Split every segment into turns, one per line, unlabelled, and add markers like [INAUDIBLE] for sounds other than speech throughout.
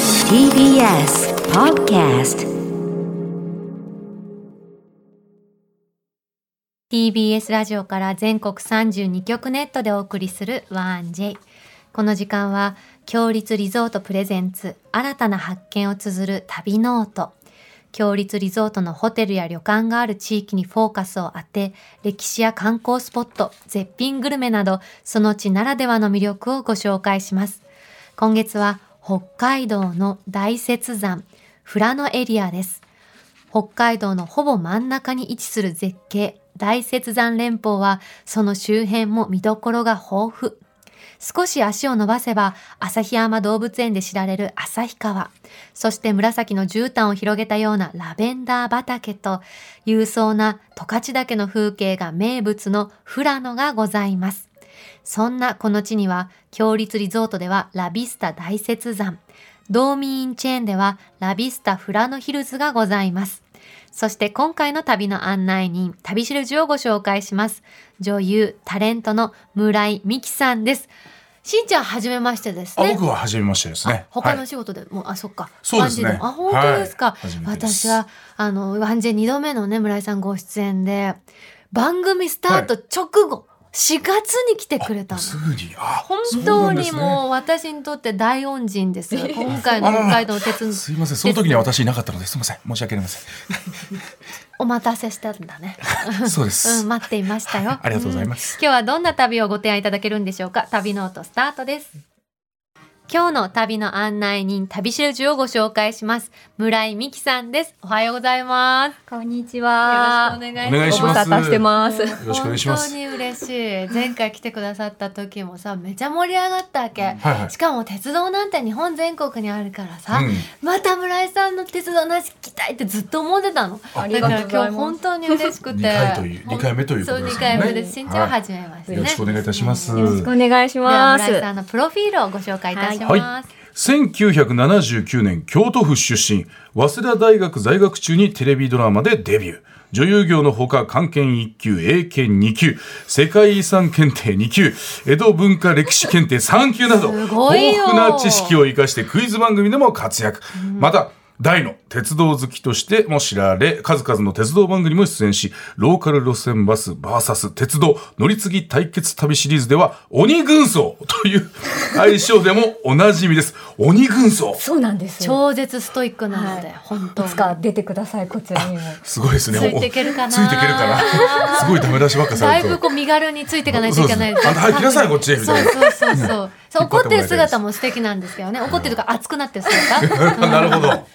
TBS Podcast
TBS ラジオから全国32局ネットでお送りする 1J この時間は強立リゾートプレゼンツ新たな発見を綴る旅ノート強立リゾートのホテルや旅館がある地域にフォーカスを当て歴史や観光スポット絶品グルメなどその地ならではの魅力をご紹介します今月は北海道の大雪山富良野エリアです北海道のほぼ真ん中に位置する絶景大雪山連峰はその周辺も見どころが豊富少し足を伸ばせば旭山動物園で知られる旭川そして紫の絨毯を広げたようなラベンダー畑と勇壮な十勝岳の風景が名物の富良野がございますそんなこの地には、強立リゾートではラビスタ大雪山、道民インチェーンではラビスタ富良野ヒルズがございます。そして今回の旅の案内人、旅しるじをご紹介します。女優、タレントの村井美樹さんです。しんちゃん、はじめましてです
あ
ね。
僕は初めましてですね。
他の
はい
仕事でも、あ、そっか。
そうです
ワンジ
ね
ェもあ、本当ですか。
はい初めてで
私
す
は、あの、ワンジェ二度目のね、村井さんご出演で、番組スタート直後、4月に来てくれたの。
すぐに、あ、
本
そう
当
なんで
に
すね
もう私にとって大恩人ですよ。今回の北海道鉄道
すいません、その時には私いなかったので、すみません、申し訳あり
[LAUGHS]
ませ
お待たせしたんだね。
ん。そうです。
うん、待っていましたよ。
ありがとうございま
ん
す
今日はどんな旅をご提案いただけるんでしょうか。旅ノートスタートです。今日の旅の案内人、旅しるじをご紹介します。村井美樹さんです。おはようございます。
こんにちは。
よろしくお
お
願
願
い
い
し
し
ま。
ますす
ご無沙汰してます。
よろしくお願いします
本当に嬉しい。前回来てくださった時もさ、めちゃ盛り上がったわけ。
はいはい
しかも鉄道なんて日本全国にあるからさ、
うん
また村井さんの鉄道の話聞きたいってずっと思ってたの。
あ
だから今日本当に嬉しくて。
二回という、二回目というこ
そ
と
う
で
二
す
回目で
ね。
す。新潮を始めましてね。
よろしくお願いいたします。
よろしくお願いし
では
ま
村井
す。
さんのプロフィールをご紹介いたします。
はい1979年京都府出身早稲田大学在学中にテレビドラマでデビュー女優業のほか漢検1級 A 検2級世界遺産検定2級江戸文化歴史検定3級など
すごいよ
豊富な知識を生かしてクイズ番組でも活躍、また大の鉄道好きとしても知られ数々の鉄道番組にも出演しローカル路線バス VS 鉄道乗り継ぎ対決旅シリーズでは鬼軍曹という愛称でもおなじみです鬼軍曹
そうなんですよ。
超絶ストイックなので、
はい
本
い
当に
つか出てくださいこちらにも。
すごいですね
ついていけるかな
おついていけるかなすごいダメ出しばっかさ
だ
れ
い
る
ぶ
と
こう身軽についていかないといけないです
そうですねあんた早く来なさいこっちへみたいな
そうそうそう
[LAUGHS]
そうそう
引っ
怒っ
張っても
てる
らいたいです
姿も素敵なんですけどね怒ってるとか熱くなってる姿
[LAUGHS] なるほどはい
で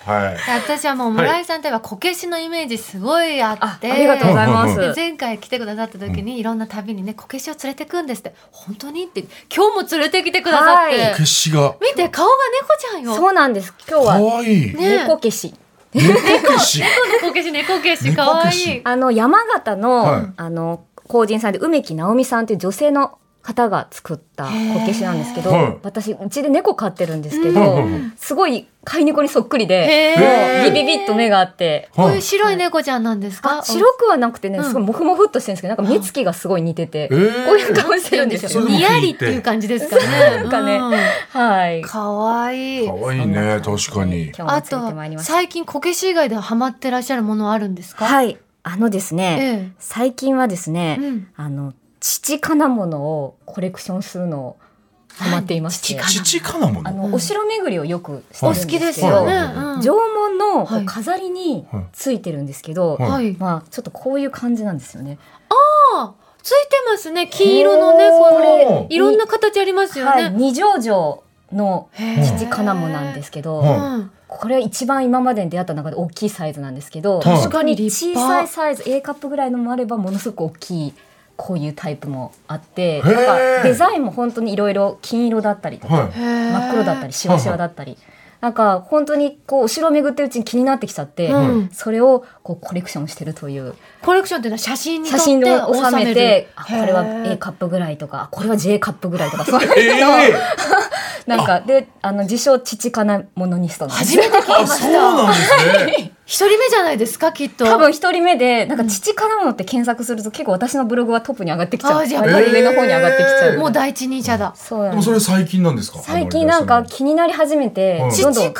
私はもう村井さんといえばこけしのイメージすごいあ
あ
っ、て
ありがとうございま。
うん
です前回来てくださった時にいろんな旅にねこけしを連れてくんですって本当にって今日も連れてきてくださって、
はい
消しが
見て顔が猫ちゃんよ
そうなんです。今日
か
は
わいい
ね
猫消し。
猫消し
猫消し猫消し可愛い
あの山形の、
はい
あの工人さんで梅木直美さんという女性の方が作ったこけしなんですけど、
へー
私うちで猫飼ってるんですけ
うん
ど、
うんうん
すごい飼い猫にそっくりで、
へ
ー
え
ビビビッと目があって。
こう
はい
いう白い猫ちゃんなんですか
あ白くはなくてね、
うん
すごいモフモフっとしてるんですけど、なんか目つきがすごい似てて、
えー
こういう顔してるんです
そ
よ
れ。
にやりっていう感じですかね
そうなん
ね
はい。
可愛い
可愛いね、確かに。
今
あ
日
と
もついてまいりました。
最近こけし以外ではハマってらっしゃるものあるんですかい、
はい。あのですね、
え
最近はです
え
ね、
うん、
あの、父金物をコレクションするのをハマっていまして、
何
父かなも
あ
の。
の、お城巡りをよくして
お
るん
好きで
ですすけ
よ
ど、
ね、
はい
うん
縄文のこ
はいう
飾りについてるんですけど、
はい
はい
まあ、ちょっとこういう感じなんですよね。
ついてますね金色のね
おー
これいろんな形ありますよ
は
ね、
い。二条城の
へー
父金物なんですけど、
は
う
い
ん、
これは一番今までに出会った中で大きいサイズなんですけど、
はい
確かに立
小
派
さいサイズ A カップぐらいのもあればものすごく大きいこういうタイプもあって
へ
な
ー
んかデザインも本当にいろいろ金色だったりとか、
はい。
真
真っ黒だったりしわしわだったり、なんか本当にこうお城を巡ってるうちに気になってきちゃって、
うん
それをこうコレクションしてるという
コレクションっていうのは写真に撮
写
って
真
収める
で収めてあこれは
へー
A カップぐらいとかあこれは J カップぐらいとかそう
え
いうのを
え
なんかであの自称父かなモノニストなんです
初めて聞きま
あ、
し
そうなんですね。
一人目じゃないですかきっと
多分一人目でなんか父からものって検索すると結構私のブログはトップに上がってきちゃ
あ
う
ーじゃ
や
あ
っぱり上の方に上がってきちゃう、
えー
もう第一人者だ
そうなん
で
で
も
す
それ最近なんですか
最近なんか気になり始めて
はい、
父か
どんどん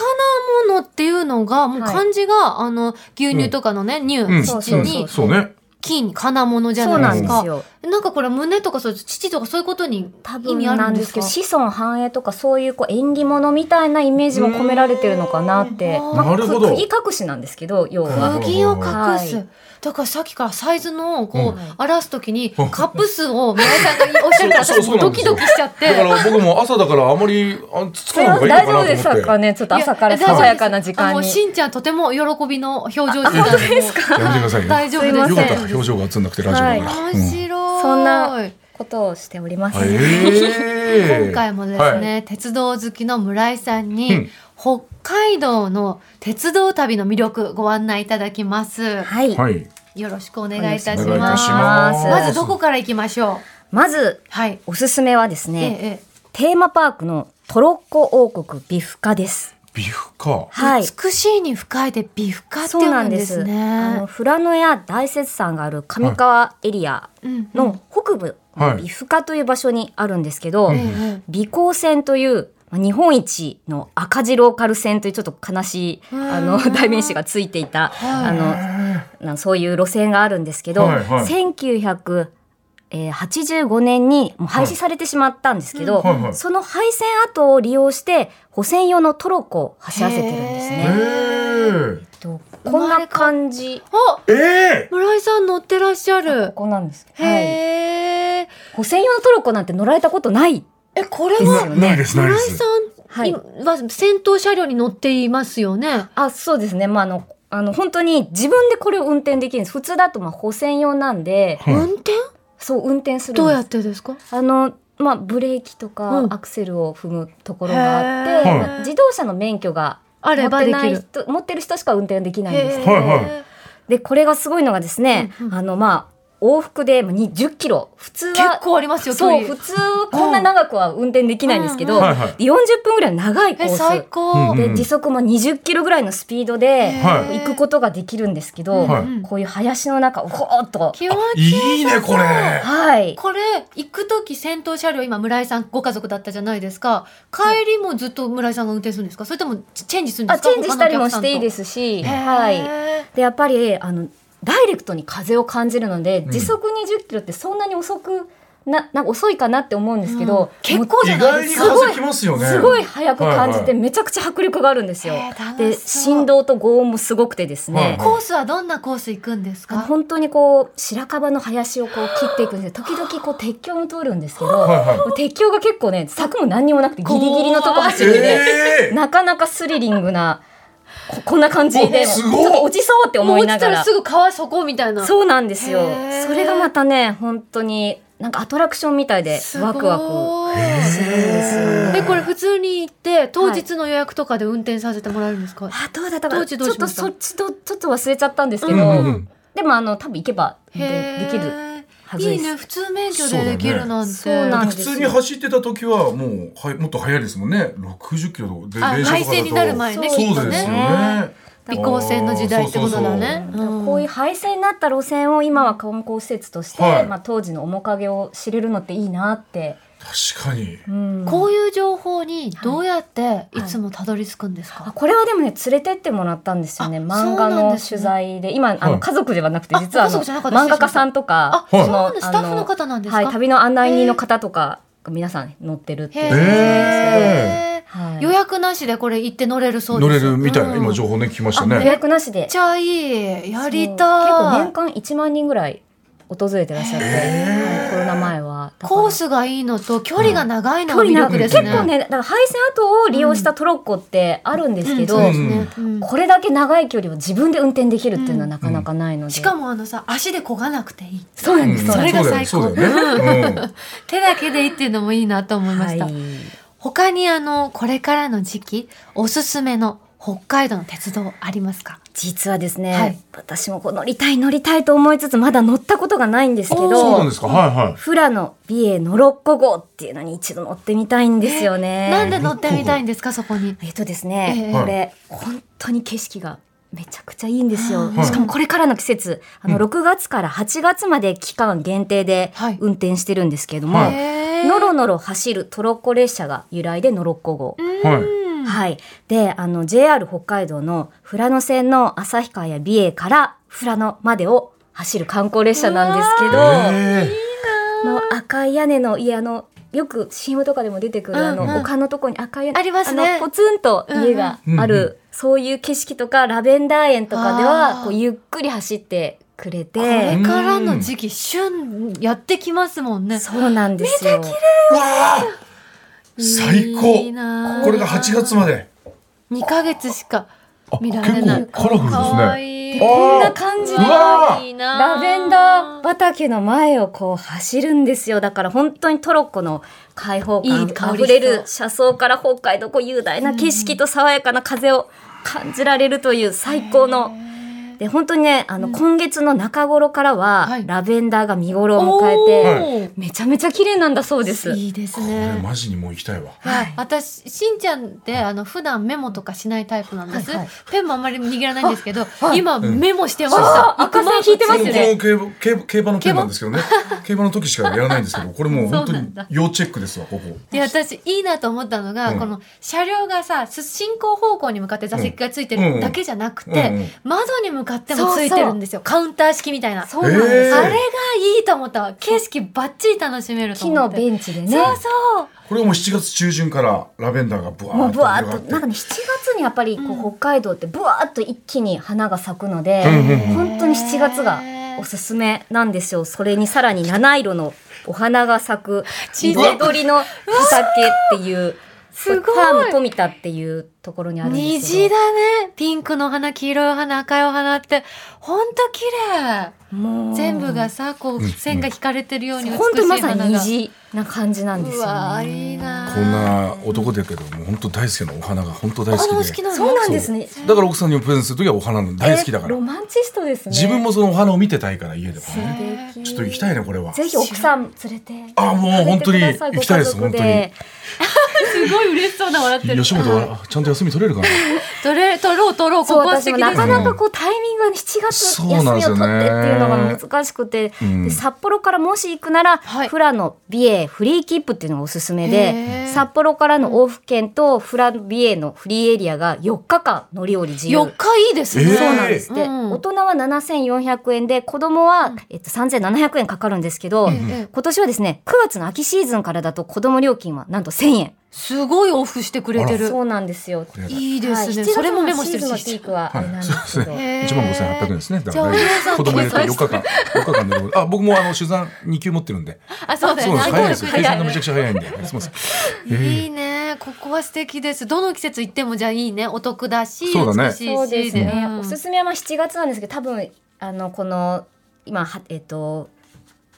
なものっていうのがもう漢字が、あの牛乳とかのね、乳
うん
乳
そう
に
そうね
金かなものじゃ
そう
な
ないん
で
です
か
すよ
なんかこれ胸とかそう父とかそういうことに
多
意
分
味あ
な
るん
ん
で
ですすけ
か
ど子孫繁栄とかそういうこう縁起物みたいなイメージも込められてるのかなって、
うん
まあ
なるほど
く釘隠しなんですけど要は
釘を隠す、
はい
だからさっきからサイズのこう、
うん
表すときにカ
うん
ップ数を村井さんがおっしゃるから
そう
私
そ
も
うそ
ドキド
うなんですよ
キしちゃって
だから僕も朝だからあまりあつ
そ
か
れ
ない
は
方がいいの
大丈夫でし
かなと思って。
たかねちょっと朝から
いや大
爽
丈夫です
やかな時
あ
間
もう
に
しんちゃんとても喜びの表情してたんでもう
やめてくださいよ
大丈夫です
すい
よ
ませ
か
ん
った表情が映んなくてラジオだから。
面
うん
白い、
そんなことをしております、
えー
今回もですね、鉄道好きの村井さんに、
うん
北海道の鉄道旅の魅力ご案内いただきます
は
は
い、
い。はい。
よろしくお願いいた
お
し
願いい
ま
た
す
し
ま
ますす。
まずどこから行きましょう
まず
はい、
おすすめはですね、
ええ
テーマパークのトロッコ王国ビフカです
ビフか。
はい
美しいに深いで美深って
そう
言う
なん
ん
で
ですす
あの
ね。
富良野や大雪山がある上川エリア
うん
の北部、
はい
美深という場所にあるんですけど、
う
え
ん
え
美光線というまあ日本一の赤字ローカル線というちょっと悲しいあの [LAUGHS]
うん
代名詞がついていた
はい
あのなんそういう路線があるんですけど、
はいはい
1985年にもう廃止されてしまったんですけ
は
ど、
いはいはい
その廃線跡を利用して補線用のトロッコを走らせてるんです
え
ね。
ー
えっとこんな感じ
あ
え
村井さん乗ってらっしゃる。
ここなんです。
へ
はい、
え。
補線用のトロッコなんて乗られたことない
えこれ
ですよ
は
ー。ない
ね。
ですないで
村井
す
さ。
は
ん
い
は先頭車両に乗っていますよね。
あそうですね、まあ、あのあの本当に自分でこれを運転できるんです普通だとまあ補選用なんで
はい
運転
そう運転するんです
どうやってですか？
あの、まあ、ブレーキとか
うん
アクセルを踏むところがあって、
へー
まあ自動車の免許が
あ
持
れ
っ
ば
て
で
な
き
い
る。
人持ってる人しか運転できないんです
ーはいはい
でこれがすごいのがですね、
うんうん
あのまあ往復でまあに10キロ普通は
結構ありますよ距
そう
離
普。通こんな長くは運転できないんですけど、
うんうん
はいはい
40分ぐらいの長いコ
え
ース
最高。
うん
で時速も20キロぐらいのスピードで
へ
は
ー
行くことができるんですけど、
はい
うん
こういう林の中をほーっと。
気持ちよさそう
いいねこれ。
はい。
これ行く時先頭車両今村井さんご家族だったじゃないですか帰りもずっと村井さんが運転するんですかそれともチチェンジするんで
あ
すか
チェンジしたりもしていいですすし、はい。
は
でやっぱりあのダイレクトに風を感じるので
ん
時速20キロってそんなに遅くななんか遅いかなって思うんですけど、
結構じゃ
意
ないで
外に
すか
風きますよね。
すごい速く感じ
はい
て
は
めちゃくちゃ迫力があるんですよ。
へー楽しそう
で振動と轟音もすごくてですね。
はい
コースはどんなコース行くんです
あの
か
本当にこう白樺の林をこう切っていくんですけど時々こう鉄橋も通るんですけど
はいはい
もう鉄橋が結構ね柵も何にもなくてギリギリのとこ走ってね、
えー
なかなかスリリングなここんな感じで
お
ち
す
ょっ
ごい
と落ちそうって
もう
思い
落ち
な
た
が
ら
ら
すぐ川そこみたいな
そうなんですよ
へー
それがまたね本当になんかアトラクションみたいでワクワクするんですよね。
えこれ普通に行って当日の予約とかで運転させてもらえるんですか、
あどうだったか
ど
な
っ
ち
ち
ょ
どう
っ
しま
と
した
そっちとちょっと忘れちゃったんですけど、
うんうんうん
でもあの多分行けばでできる
へ
は
ー
ずです
いいね普通免許でできるなんて
そうだねそうなん
普通に走ってた時はもうはいもっと速いですもんね。六十キロとかで
あ
電車とかだと。
廃線になる前ね
そう
きっとね
ですよね。
微光線の時代ってことだね
だからこういう廃線になった路線を今は観光施設として、
はい
まあ、当時の面影を知れるのっていいなって、
確かに。
うん
こういう情報にどうやっていつもたどり着くんですか、
あこれはでもね連れてってもらったんですよね
あ
漫
そ
画
うなん
の
ですね
取材で今あ
は
の
い
家族ではなくて
あ
実はあ
ご家
の
族じゃなかった
漫画家さんと
あ、
か
そう
はい
なんです。スタッフの
あ
方なんですか。
はい、旅の案内人の方とかが皆さん乗ってるってい
へー
う感じなんですけど。
へ
はい
予約なしでこれ行って乗れるそうで
乗
す。
れるみたいな
うん
今情報ね聞きました
予
ね。
約なしで
めっちゃいい。やり
そう
たい
結。構年間1万人ぐらい訪れてらっしゃって、はいコロナ前はだから
コースがいいのと距離が長いの
距
が
離
魅
な
力
く
ですね。
結構ねだから配線跡を利用したトロッコってあるんですけど、
うんそう
う
で
ん
すね。うん
これだけ長い距離を自分で運転できるっていうのはなかなかないので、
しかもあのさ足で漕がなくていい。
そうなん
う
で
ん
す、
それが最高
そうだよね。うん
手だけでいいっていうのもいいなと思いました。
はい
他にあのこれからの時期おすすめの北海道の鉄道ありますか。
実はですね、
はい
私もこう乗りたい乗りたいと思いつつまだ乗ったことがないんですけ
そうなん
ど
ですか。はいはい。
富良野美瑛ノロッコ号っていうのに一度乗ってみたいんですよね。
なんで乗ってみたいんですかそこに。
えっとですね、
ええ
これ本当に景色がめちゃくちゃいいんですよ、
い
しかもこれからの季節あの
うん
6月から8月まで期間限定で
はい
運転してるんですけれども、
はい
へー
のろのろ走るトロッコ列車が由来でのろっこ号、
はい
うん
はい、であの JR 北海道の富良野線の旭川や美瑛から富良野までを走る観光列車なんですけど、
え
もう赤い屋根の家のよく CM とかでも出てくる、あ
うんうん
の丘のとこに赤い屋根
ありますね
あのポツンと家がある、
うんう
そういう景色とかラベンダー園とかで
あー
はこうゆっくり走ってくれ
これ
て
からの時期旬やってきますもんね
そうなんですよ。
ー、わあ最高
いいなあ
これが8月まで
2ヶ月しか
あ
見
結
られない
構カラフルです
かわ
ね
いい
あー
こんな感じ
う
で
わー
いいなあ
ラベンダー畑の前をこう走るんですよ。だから本当にトロッコの開放
いい
感
香
あ
り
ふれる車窓から北海道こう雄大な景色と爽やかな風を感じられるという最高の。で本当にねあの今月の中頃からは
はい
ラベンダーが見頃を迎えて、
おー
めちゃめちゃ綺麗なんだそうです。
いいです
これ
ね
マジにもう行きたいわ
はい、私しんちゃんってあの普段メモとかしないタイプなんです、
はいはい
ペンもあんまり握らないんですけど、今
ん
メモしてました、
赤線引いて
こ
ま
の
す
この
ね。
競馬競馬競馬の件なんですけどね [LAUGHS] 競馬の時しかやらないんですけどこれもう本
そ
当
うな
に
んだ
要チェックですわここ
で私いいなと思ったのが、
うん
この車両がさす進行方向に向かって座席がついて
うん
るだけじゃなくて、
うんうん
窓に向かってもついてるんですよカウンター式みたいな
そうなんです
えー
あれがいいと思ったわ景色ばっちり楽しめると
木
思
の
って
ベンチでね。
そうそう
これはもう7月中旬からラベンダーがブワ
も
ー
う
ッ
ぶわーっ
と
と
広
な
が
ん
っ
かね7月にやっぱりこう北海道ってぶわーっと一気に花が咲くので、
うんうんうん
本当に7月がおすすめなんですよそれにさらに七色のお花が咲く
ち
水鳥の畑っていう
すごい
ファーム富田っていうところにあるんですけ
虹
ど
だねピンクのお花黄色いお花赤いお花ってほんと綺麗
もう
全部がさこう線が引かれてるように美しい
本当にま
花
さ
が
に虹な感じなんです
う
よ、ね、
わーいいな
てこんな男だけどもう本当大好きなお花が本当大
お花
好
お好
き
き
で
なの
そうなんですね
だから奥さんにもプレゼントする時はお花の大好きだか
え
ら
ロマンチストですね
自分もそのお花を見てたいから家でも
へ
ね
ー
ちょっと行きたいねこれは
ぜひ奥さん連れて
あーもう本当に
食べてくださ
行きたいです
ご家族です
ごい嬉しそうな笑ってる
吉本はちゃんと休み取れるかな
取れ取ろう取ろうこ
そう
こは素敵
私も
で
な
す
か
ね
なかこうタイミングがね7月休
そう
みを
なん
取
で
っ
す
て
よ
っ
ね
ていうのが難しくて、
うん
で札幌からもし行くなら、
はい
富良野美瑛フリー切符っていうのがおすすめ
へー
で札幌からの往復券と富良野美瑛のフリーエリアが4日間乗り降り自由
四日いいですね、
えー
そうなんですって、
うん
大人は7400円で子供は、えっと、3700円かかるんですけど、
ええ
今年はですね9月の秋シーズンからだと子供料金はなんと1000円
すごいオフしてくれてる
そうなんですよ
これは
いういですね、それもメモしてる
の
し
シーズンのピークはあれな
い、
んで
そうですす
けど、
ね。1万5800円ですね。だから
じゃあお父さん
子供入れて
計
4
算
日
して
間、4日間乗り物あ、僕もあの取材2級持ってるんで。
あそうだ
そ
よ
うで
ね
す。
アンコ
早い
ー
で
ルくらいや
すよ。計算がめちゃくちゃ早いんで。すみません。
いいねここは素敵ですどの季節行ってもじゃあいいねお得だし
そうだね
美しいし
そうですね、
ん
おすすめはまあ7月なんですけど多分あのこの今はえっ、と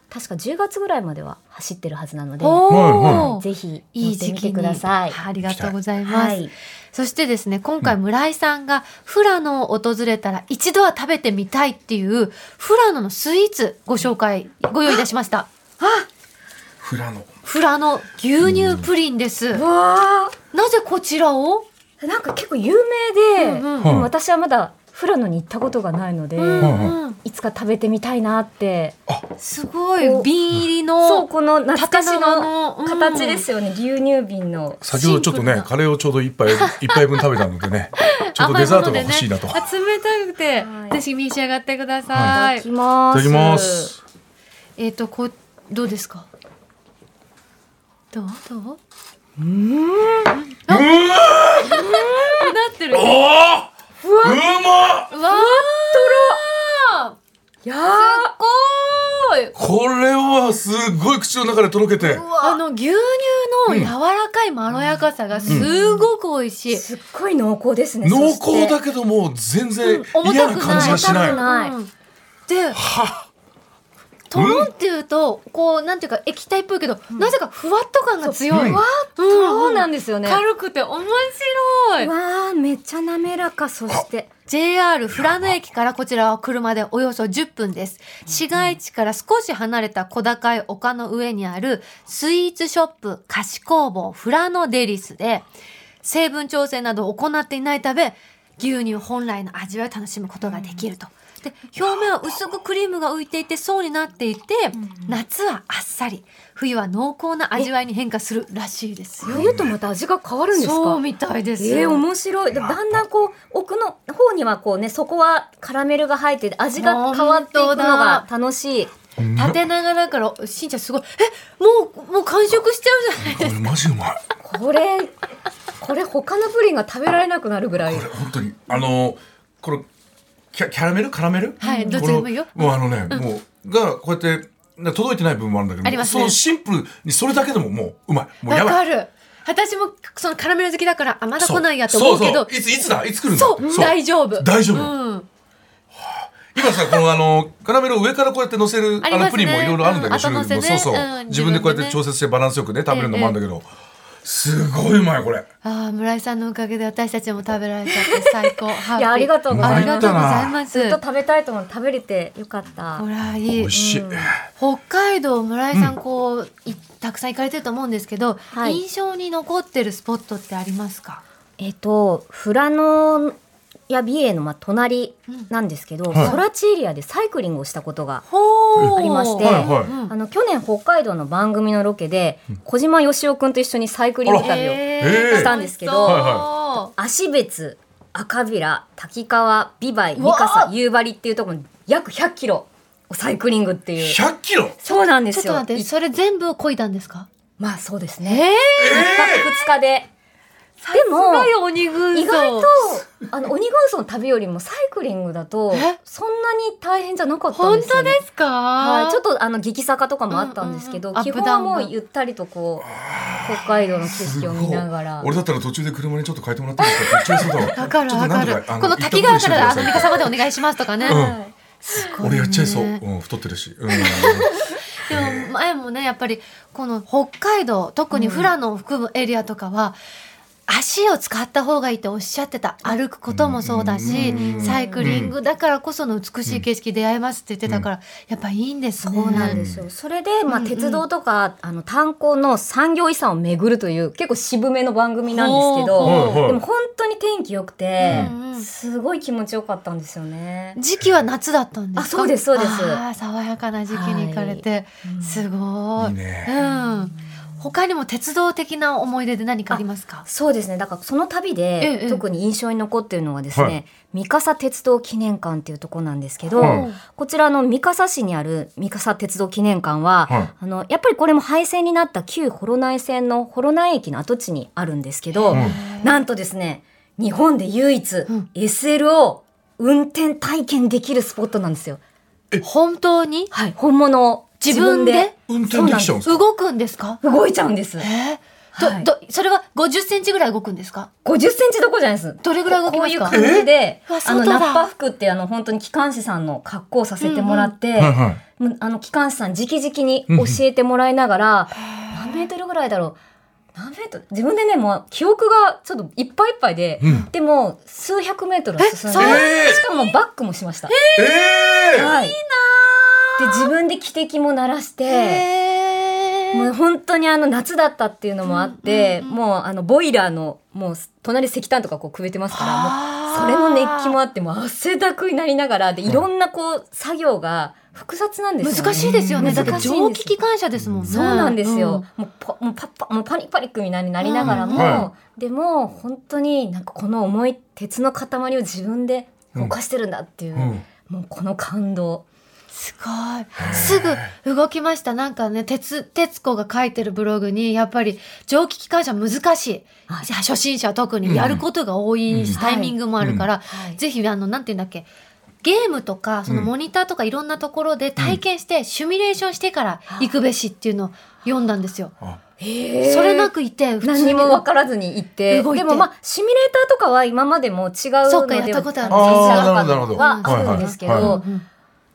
確か10月ぐらいまでは走ってるはずなので
お
はい
ー
ぜひ
い
乗
い
って
時
み
期
て
に
ください。
ありがとうございます、
はい、
そしてですね今回村井さんが富良野を訪れたら一度は食べてみたいっていう富良野のスイーツご紹介ご用意いたしました
富良野。
富良野牛乳プリンです、
わ
なぜこちらを、
あなんか結構有名で、
うんうん
でも私はまだ富良野に行ったことがないので、
うんうん
いつか食べてみたいなって
すごい
こう
瓶入り
そう
の
この懐かし
縦
の
長のうん
形ですよね、牛乳瓶の
先ほどちょっと
シンプル
ね
な、
カレーをちょうど一杯、一杯分食べたのでね、ちょっと
甘い
デ
も
ザー
の
トが
でね
欲しいなと。い
あ冷たくて、
は
ぜ
い
ひ召し上がってくだ
い
さ
た
い、
だきま
た
す
だきます。
えっ、とこうどうですかどうどううんあうなってる
お
わ
おうまっ
あ
いや
すっごーい
これはすごい口の中でとろけて。
あの牛乳の柔らかいまろやかさがすごく美味しい、
ーすっごい濃厚ですね
濃
そして
厚だけども、全然
重
嫌
た
な
く
感
ない
じがしな
重たく
い。
なはい
うんで
は
とろんっていうとこうなんていうか液体っぽいけど、なぜかふわっと感が強い、
うん
わ
そうなんですよね。
軽くて面白い
わあ、めっちゃ滑らか。そして、
JR 富良野駅からこちらは車でおよそ10分です。市街地から少し離れた小高い丘の上にあるスイーツショップ菓子工房富良野デリスで成分調整などを行っていないため牛乳本来の味わいを楽しむことができると。で表面は薄くクリームが浮いていて層になっていて夏はあっさり冬は濃厚な味わいに変化するらしいですよ。
冬とまた味が変わるんですか
そうみたいですよ。
えー、面白いでだんだんこう奥の方にはこうねそこはカラメルが入ってて味が変わっていくのが楽しい
縦長だからしんちゃんすごいえもうもう完食しちゃうじゃない
これマジうまい
これこれ他のプリンが食べられなくなるぐらい
これ本当にあのーこれキャキャラメルカラメル
はい
こ
ど
の
っちでもいいよ
もうあのね、もうがこうやってな届いてない部分もあるんだけど
ありますね
そのシンプルにそれだけでももううまいもうや
わ
ば
か
い
る私もそのカラメル好きだからあまだ
そう
来ないやと思うけど
そうそういついつだいつ来るんだ
そう大丈夫
大丈夫
うん
今さこのあのカラメルを上からこうやって乗せる
[LAUGHS] あ
あ,、
りますね
のプリンもいろいろあるんだけど、
うん後乗せね
種類もそうそう、
うん
自分でこうやっ
自分でね
て調節してバランスよくね食べるのもあるんだけど、すごいうまいこれ
ああ村井さんのおかげで私たちも食べられちゃって最高ハッピー
いやありがとうございます
ありがとうございます
ずっと食べたいと思って食べれてよかった
ほらい
美
い
味しい、
北海道村井さんこういたくさん行かれてると思うんですけど
はい
印象に残ってるスポットってありますか
えっと富良野や美瑛のまあ隣なんですけど、
はい
空地エリアでサイクリングをしたことが
ほう
ありまして、
はいはい
うん
あの去年北海道の番組のロケで小島よしおくんと一緒にサイクリング旅を、
えー
したんですけど
楽し
はい
そ
足別赤平滝川美梅
う
三
わー
笠夕張っていうところに約100キロをサイクリングっていう
100キロ
そうなんで
うちょっ
す
と
よ
待って
い
それ全部こいだんですか
まあそうです
え
ね1泊2日で
でも
さすが
鬼軍
意外とあの鬼軍曹の旅よりもサイクリングだと
え
そんなに大変じゃなかったん
本
ですよ
当
ね
ですか、
はい、ちょっ
と
とあの激坂とかもあったんですけど、
うんうんうん
基
ア
本
ップダ
は
ウンが
もうゆったりとこう北海道の景色を見ながら
俺だったら途中で車にちょっと変えてもらってもいいですか途中そうだわ
わかる
ちょっ
わ
と
か
なんと
る
あ
この滝川からあの三笠までお願いしますとかね、
うん
はい
俺やっちゃいそう、
ね
うん、太ってるし、うん、
でも前もねやっぱりこの北海道特に富良野を含むエリアとかは、足を使った方がいいっておっしゃってた歩くこともそうだし、
うん
サイクリングだからこその美しい景色出会えますって言ってたから、やっぱいいんですね。
そうなんですよ。それで、まあ、鉄道とか、あの、炭鉱の産業遺産を巡るという、結構渋めの番組なんですけ
ほう
ど、
はいはい
でも本当に天気良くて
うんうん、
すごい気持ちよかったんですよね。
時期は夏だったんですか
あそうですそうです
あー爽やかな時期に行かれて、すごい
いいね
うん、他にも鉄道的な思い出で何かありますか
そうですね。だからその旅
え
で、
え
特に印象に残っているのはですね、
はい
三笠鉄道記念館っていうところなんですけど、
はい
こちらの三笠市にある三笠鉄道記念館は、
はい
あの、やっぱりこれも廃線になった旧幌内線の幌内駅の跡地にあるんですけど、なんとですね、日本で唯一、SL を運転体験できるスポットなんですよ。
本当に
はい、本物を
自分で
運転できちゃうんですか
動くんですか
動いちゃうんです。
えー
はい
どどそれは50センチぐらい動くんですか
50センチどころじゃないです。
どれぐらい動きますか
こういう感じで
うわ、
あの、
外だ
ナッパ服ってあの、本当に機関士さんの格好をさせてもらって、
はいはい
もうあの、機関士さん直々に教えてもらいながら、何メートルぐらいだろう。何メートル自分でね、もう記憶がちょっといっぱいいっぱいで、
ん
でも、数百メートルは進んで
えそん、
なに
しかもバックもしました。
ええ
はい、いいなで自分で汽笛も鳴らして
へ
もう本当にあの夏だったっていうのもあって、もうあのボイラーのもう隣石炭とかこうくべてますからもうそれの熱気もあってもう汗だくになりながらでいろんなこう作業が複雑なんですよね。
難しいですよねだって
難しいんです
蒸気機関車ですもんね
そうなんです
う
よ。もうパもうパッパもうパリパリ組になりなりながらも、
うんは
でも本当になんかこの重い鉄の塊を自分で動かしてるんだっていう、
うん
もうこの感動。
すごい。すぐ動きました。なんかね、鉄、鉄子が書いてるブログに、やっぱり蒸気機関車難しい。
はい
初心者は特にやることが多いし、
うん
タイミングもあるから、
はい
ぜひ、あの、なんて言うんだっけ、ゲームとか、その
うん
モニターとかいろんなところで体験して、シミュレーションしてから行くべしっていうのを読んだんですよ。
あ
それな
く
くいて、普通
何
に
にも分からずに行って
動いて
でもまあシミュレーターとかは今までも違うので
そうかやったことある
あーなるほど
は
なるほど
あるんですけど、
はいはい
うん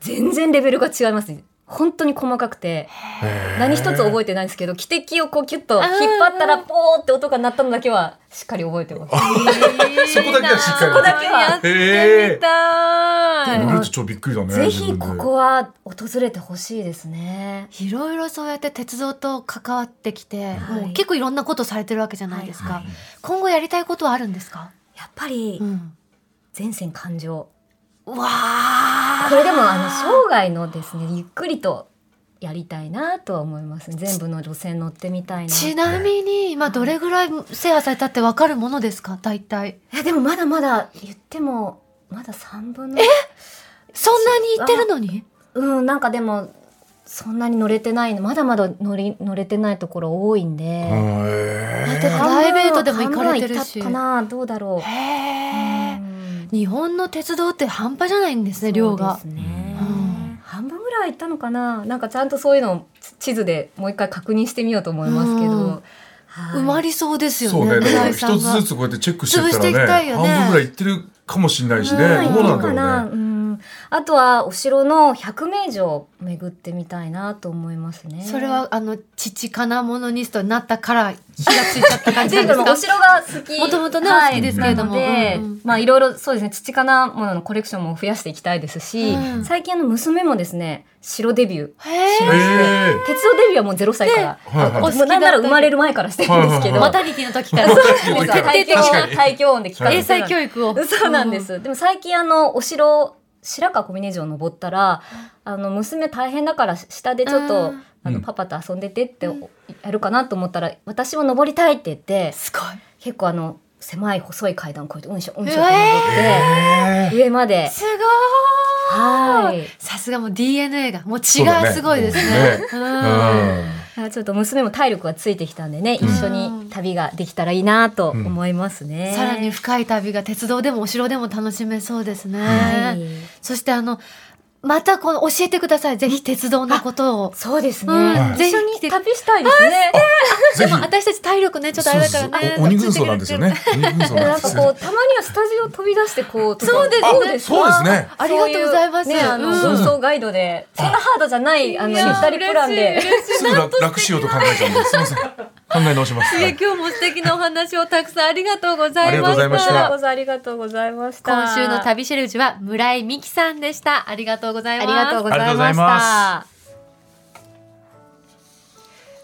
全然レベルが違いますね本当に細かくて
へー
何一つ覚えてないんですけど汽笛をこうキュッと引っ張ったらポーって音が鳴ったのだけはしっかり覚えてます。
そこだけはしっかり
そこだけはやって
み
た
俺たち超びっくりだね
ぜひここ
は
は訪れてほしいですね。
いろいろそうやって鉄道と関わってきて、
はい
もう結構いろんなことされてるわけじゃないですか、
はい
今後やりたいことはあるんですか、
やっぱり
うん、
全線環状
わあ
これでもあの生涯のですねゆっくりとやりたいなとは思いますね全部の路線乗ってみたいな
ちなみに、まあ、どれぐらい制覇されたってわかるものですか大体。
えでもまだまだ言ってもまだ3分の
そんなに行ってるのに
うんなんかでもそんなに乗れてないのまだまだ乗り乗れてないところ多いんで、
へ
だっ
え
てプライベートでも行かれてるし
半分は行ったかなどうだろ
へ
うう
え。
ん
日本の鉄道って半端じゃないんですね、量が
そう。ですね
うん
半分ぐらい行ったのかななんかちゃんとそういうのを地図でもう一回確認してみようと思いますけど、
うん
はい
埋まりそうですよ
そう
ね、
ねだ
村
から
井
一
さん
つ
が
ず。つこうやってチェックしてった
潰していき
ら
た
ね
いよね
半分ぐらいいってるかもしれないしねどうな
はい
ん
いるか
だろうね
うんあとはお城の百名城を巡ってみたいなと思いますね。
それは、あの、父かなモノニストになったから、気がついちゃった感じ
とい
な
うんか
で
も
す
うお
か
城が好き。
元々ね
はい
お好きです
けれども
なので、
うんうん
まあいろいろそうですね、父かなもののコレクションも増やしていきたいですし、
うん
最近あの娘もですね、城デビュー。
へ
へ
え。
え
鉄道デビューはもう0歳から。
はいはい
お好き
もうなんなら
だった
生まれる前からしてるんで
はい
すけど。
はいはい
マタニティの時から。
そうなんです
徹底的
胎教
な
胎教音で聞かせて
英才教育を。
そうなんで。す。でも最近あのお城白川小峰城登ったら、あの娘大変だから下でちょっと、
うん
あ
う
の
ん
パパと遊んでてってやるかなと思ったら、私も登りたいって言って、
すごい。
結構あの狭い細い階段を越えてうんしょうんしょ
う
っ
わ
て登
へ
って上まで。
すごー
はいい。
さすがもう DNA がもう血
そうだ
が
ね
すごいですね
ね。
う
うんん
あちょっと娘も体力がついてきたんでね、一緒に旅ができたらいいなと思いますね。
さらに深い旅が鉄道でもお城でも楽しめそうですね。
はい
そしてあのまたこの教えてくださいぜひ鉄道のことを。
そうですね。
うん
一緒
ぜひ来て
に旅したいですね。
ぜひ
私たち体力ねちょっとあれだからね。
お鬼軍曹なんですよね。鬼軍曹
な
なん
ん
で
か
す
こ
よ
うたまにはスタジオ飛び出してこうとか
そうですね
ど
そうですね
ありがとうございます
そううねあの
うん
軍曹ガイドでそんなハードじゃないあの
い
ゆ
や
ったりプラン
嬉しい
で
嬉しい
すぐ楽楽しようと考えちゃうんです。すみません。考え直します。はい
今日も素敵なお話をたくさんありがとうござ
ありがとうございまし
こちら
た
こ。そありがとうございました
今週の旅シェルジュは村井美樹さんでした。ありがとうござい
あ
ます。
りがとうござ
ありがと
い
ご
う
ざ
ま
い
し
ま
た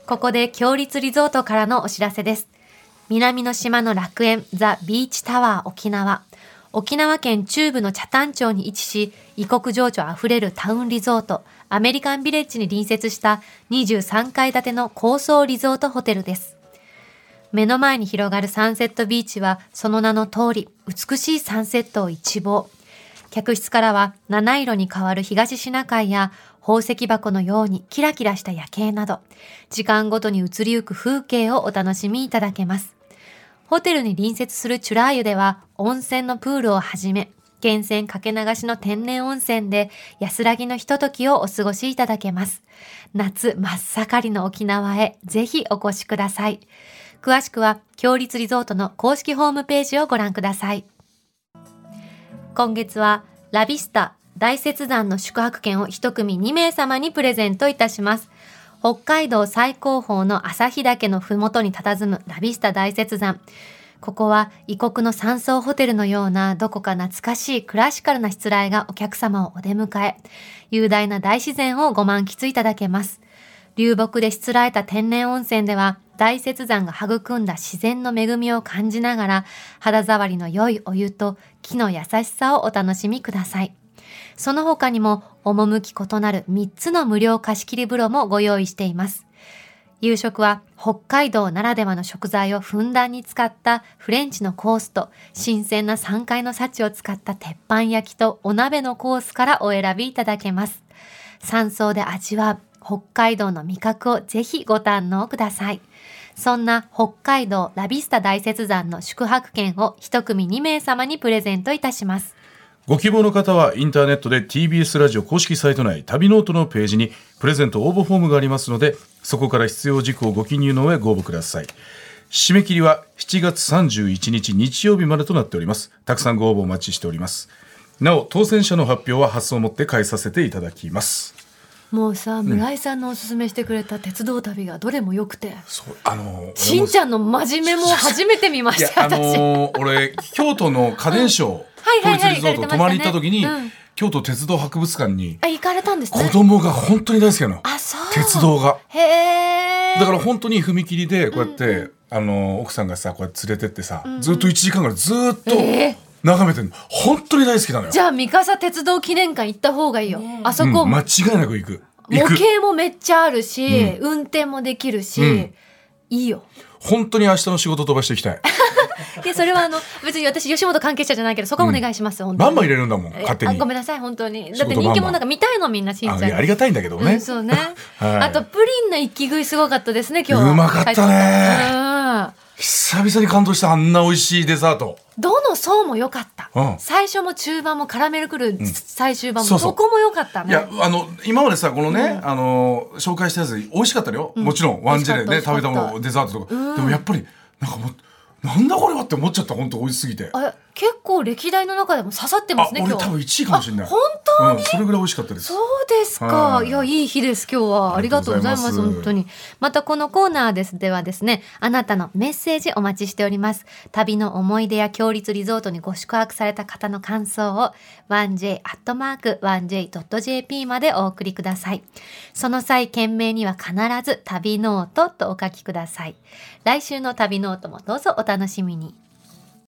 ここで強立リゾートからのお知らせです。南の島の楽園、ザ・ビーチタワー沖縄。沖縄県中部の北谷町に位置し、異国情緒あふれるタウンリゾート、アメリカンビレッジに隣接した23階建ての高層リゾートホテルです。目の前に広がるサンセットビーチは、その名の通り、美しいサンセットを一望。客室からは、七色に変わる東シナ海や、宝石箱のようにキラキラした夜景など、時間ごとに移りゆく風景をお楽しみいただけます。ホテルに隣接するチュラー湯では、温泉のプールをはじめ、源泉かけ流しの天然温泉で安らぎのひとときをお過ごしいただけます。夏真っ盛りの沖縄へぜひお越しください。詳しくは、強立リゾートの公式ホームページをご覧ください。今月は、ラビスタ大雪山の宿泊券を一組2名様にプレゼントいたします。北海道最高峰の旭岳のふもとに佇むラビスタ大雪山。ここは異国の山荘ホテルのようなどこか懐かしいクラシカルなしつらえがお客様をお出迎え、雄大な大自然をご満喫いただけます。流木でしつらえた天然温泉では大雪山が育んだ自然の恵みを感じながら肌触りの良いお湯と木の優しさをお楽しみください。その他にも趣異なる3つの無料貸し切り風呂もご用意しています。夕食は北海道ならではの食材をふんだんに使ったフレンチのコースと新鮮な3階の幸を使った鉄板焼きとお鍋のコースからお選びいただけます。山荘で味わう北海道の味覚をぜひご堪能ください。そんな北海道ラビスタ大雪山の宿泊券を一組2名様にプレゼントいたします。
ご希望の方はインターネットで TBS ラジオ公式サイト内旅ノートのページにプレゼント応募フォームがありますのでそこから必要事項をご記入の上ご応募ください締め切りは7月31日日曜日までとなっておりますたくさんご応募お待ちしておりますなお当選者の発表は発送をもって返させていただきます
もうさ、村井さんのおすすめしてくれた鉄道旅がどれも良くて、
そうあの
しんちゃんの真面目も初めて見ま
いや
した、
あ
私。
のー俺京都の家電商
はいはい
統
はい
一リゾート泊まりに行った時に、
行かれてましたねうん
京都鉄道博物館に
あ、行かれたんです
子
ね。
供が本当に大好きなの
あ、そう。
鉄。道が
へえ。
だから本当に踏切でこうやって、あのー奥さんがさこうやって連れてってさ、ずっと1時間ぐらいずっと
え
眺めてるの本当に大好きなのよ
じゃあ三笠鉄道記念館行った方がいいよ、
ねえ
あそ
うん
こ、
間違いなく行く行
模
く
型もめっちゃあるし、運転もできるし、
ん
いいよ
本当に明日の仕事飛ばしていきたい
でそれはあの別に私吉本関係者じゃないけどそこはお願いします、本当に
バンバン入れるんだもん
え
勝手
あ
に
ごめんなさい本当に
仕
だって
事バンバン
人気者なんか見たいのみんなしんちゃん
あいやありがたいんだけど
う
ね
ん、そうね、
[LAUGHS] はい
あとプリンの息食いすごかったですね今日は
うまかったね
帰て
久々に感動したあんな美味しいデザート
うんどの層も良かった、
うん
最初も中盤もカラメルくる、最終盤も
そうそう
どこも良かったね
いやあの今までさこのね、あの紹介したやつ美味しかったのよ、もちろんワンジェレ
美
で
味しかっ
食べ
た
たものデザートとか、でもやっぱりなんかもうなんだこれはって思っちゃった本当美味しすぎてあ
あれ結構歴代の中でも刺さってますね
俺
今日
多分1位かもしれない
あ本当
うん、それぐらい美味しかったです
そうですか。
はい
いや、いい日です、今日は。ありがとうございます、
ありがとうございま
本
す
当に。またこのコーナーです。ではですね、あなたのメッセージお待ちしております。旅の思い出や強立リゾートにご宿泊された方の感想を、1j.1j.jp までお送りください。その際、件名には必ず旅ノートとお書きください。来週の旅ノートもどうぞお楽しみに。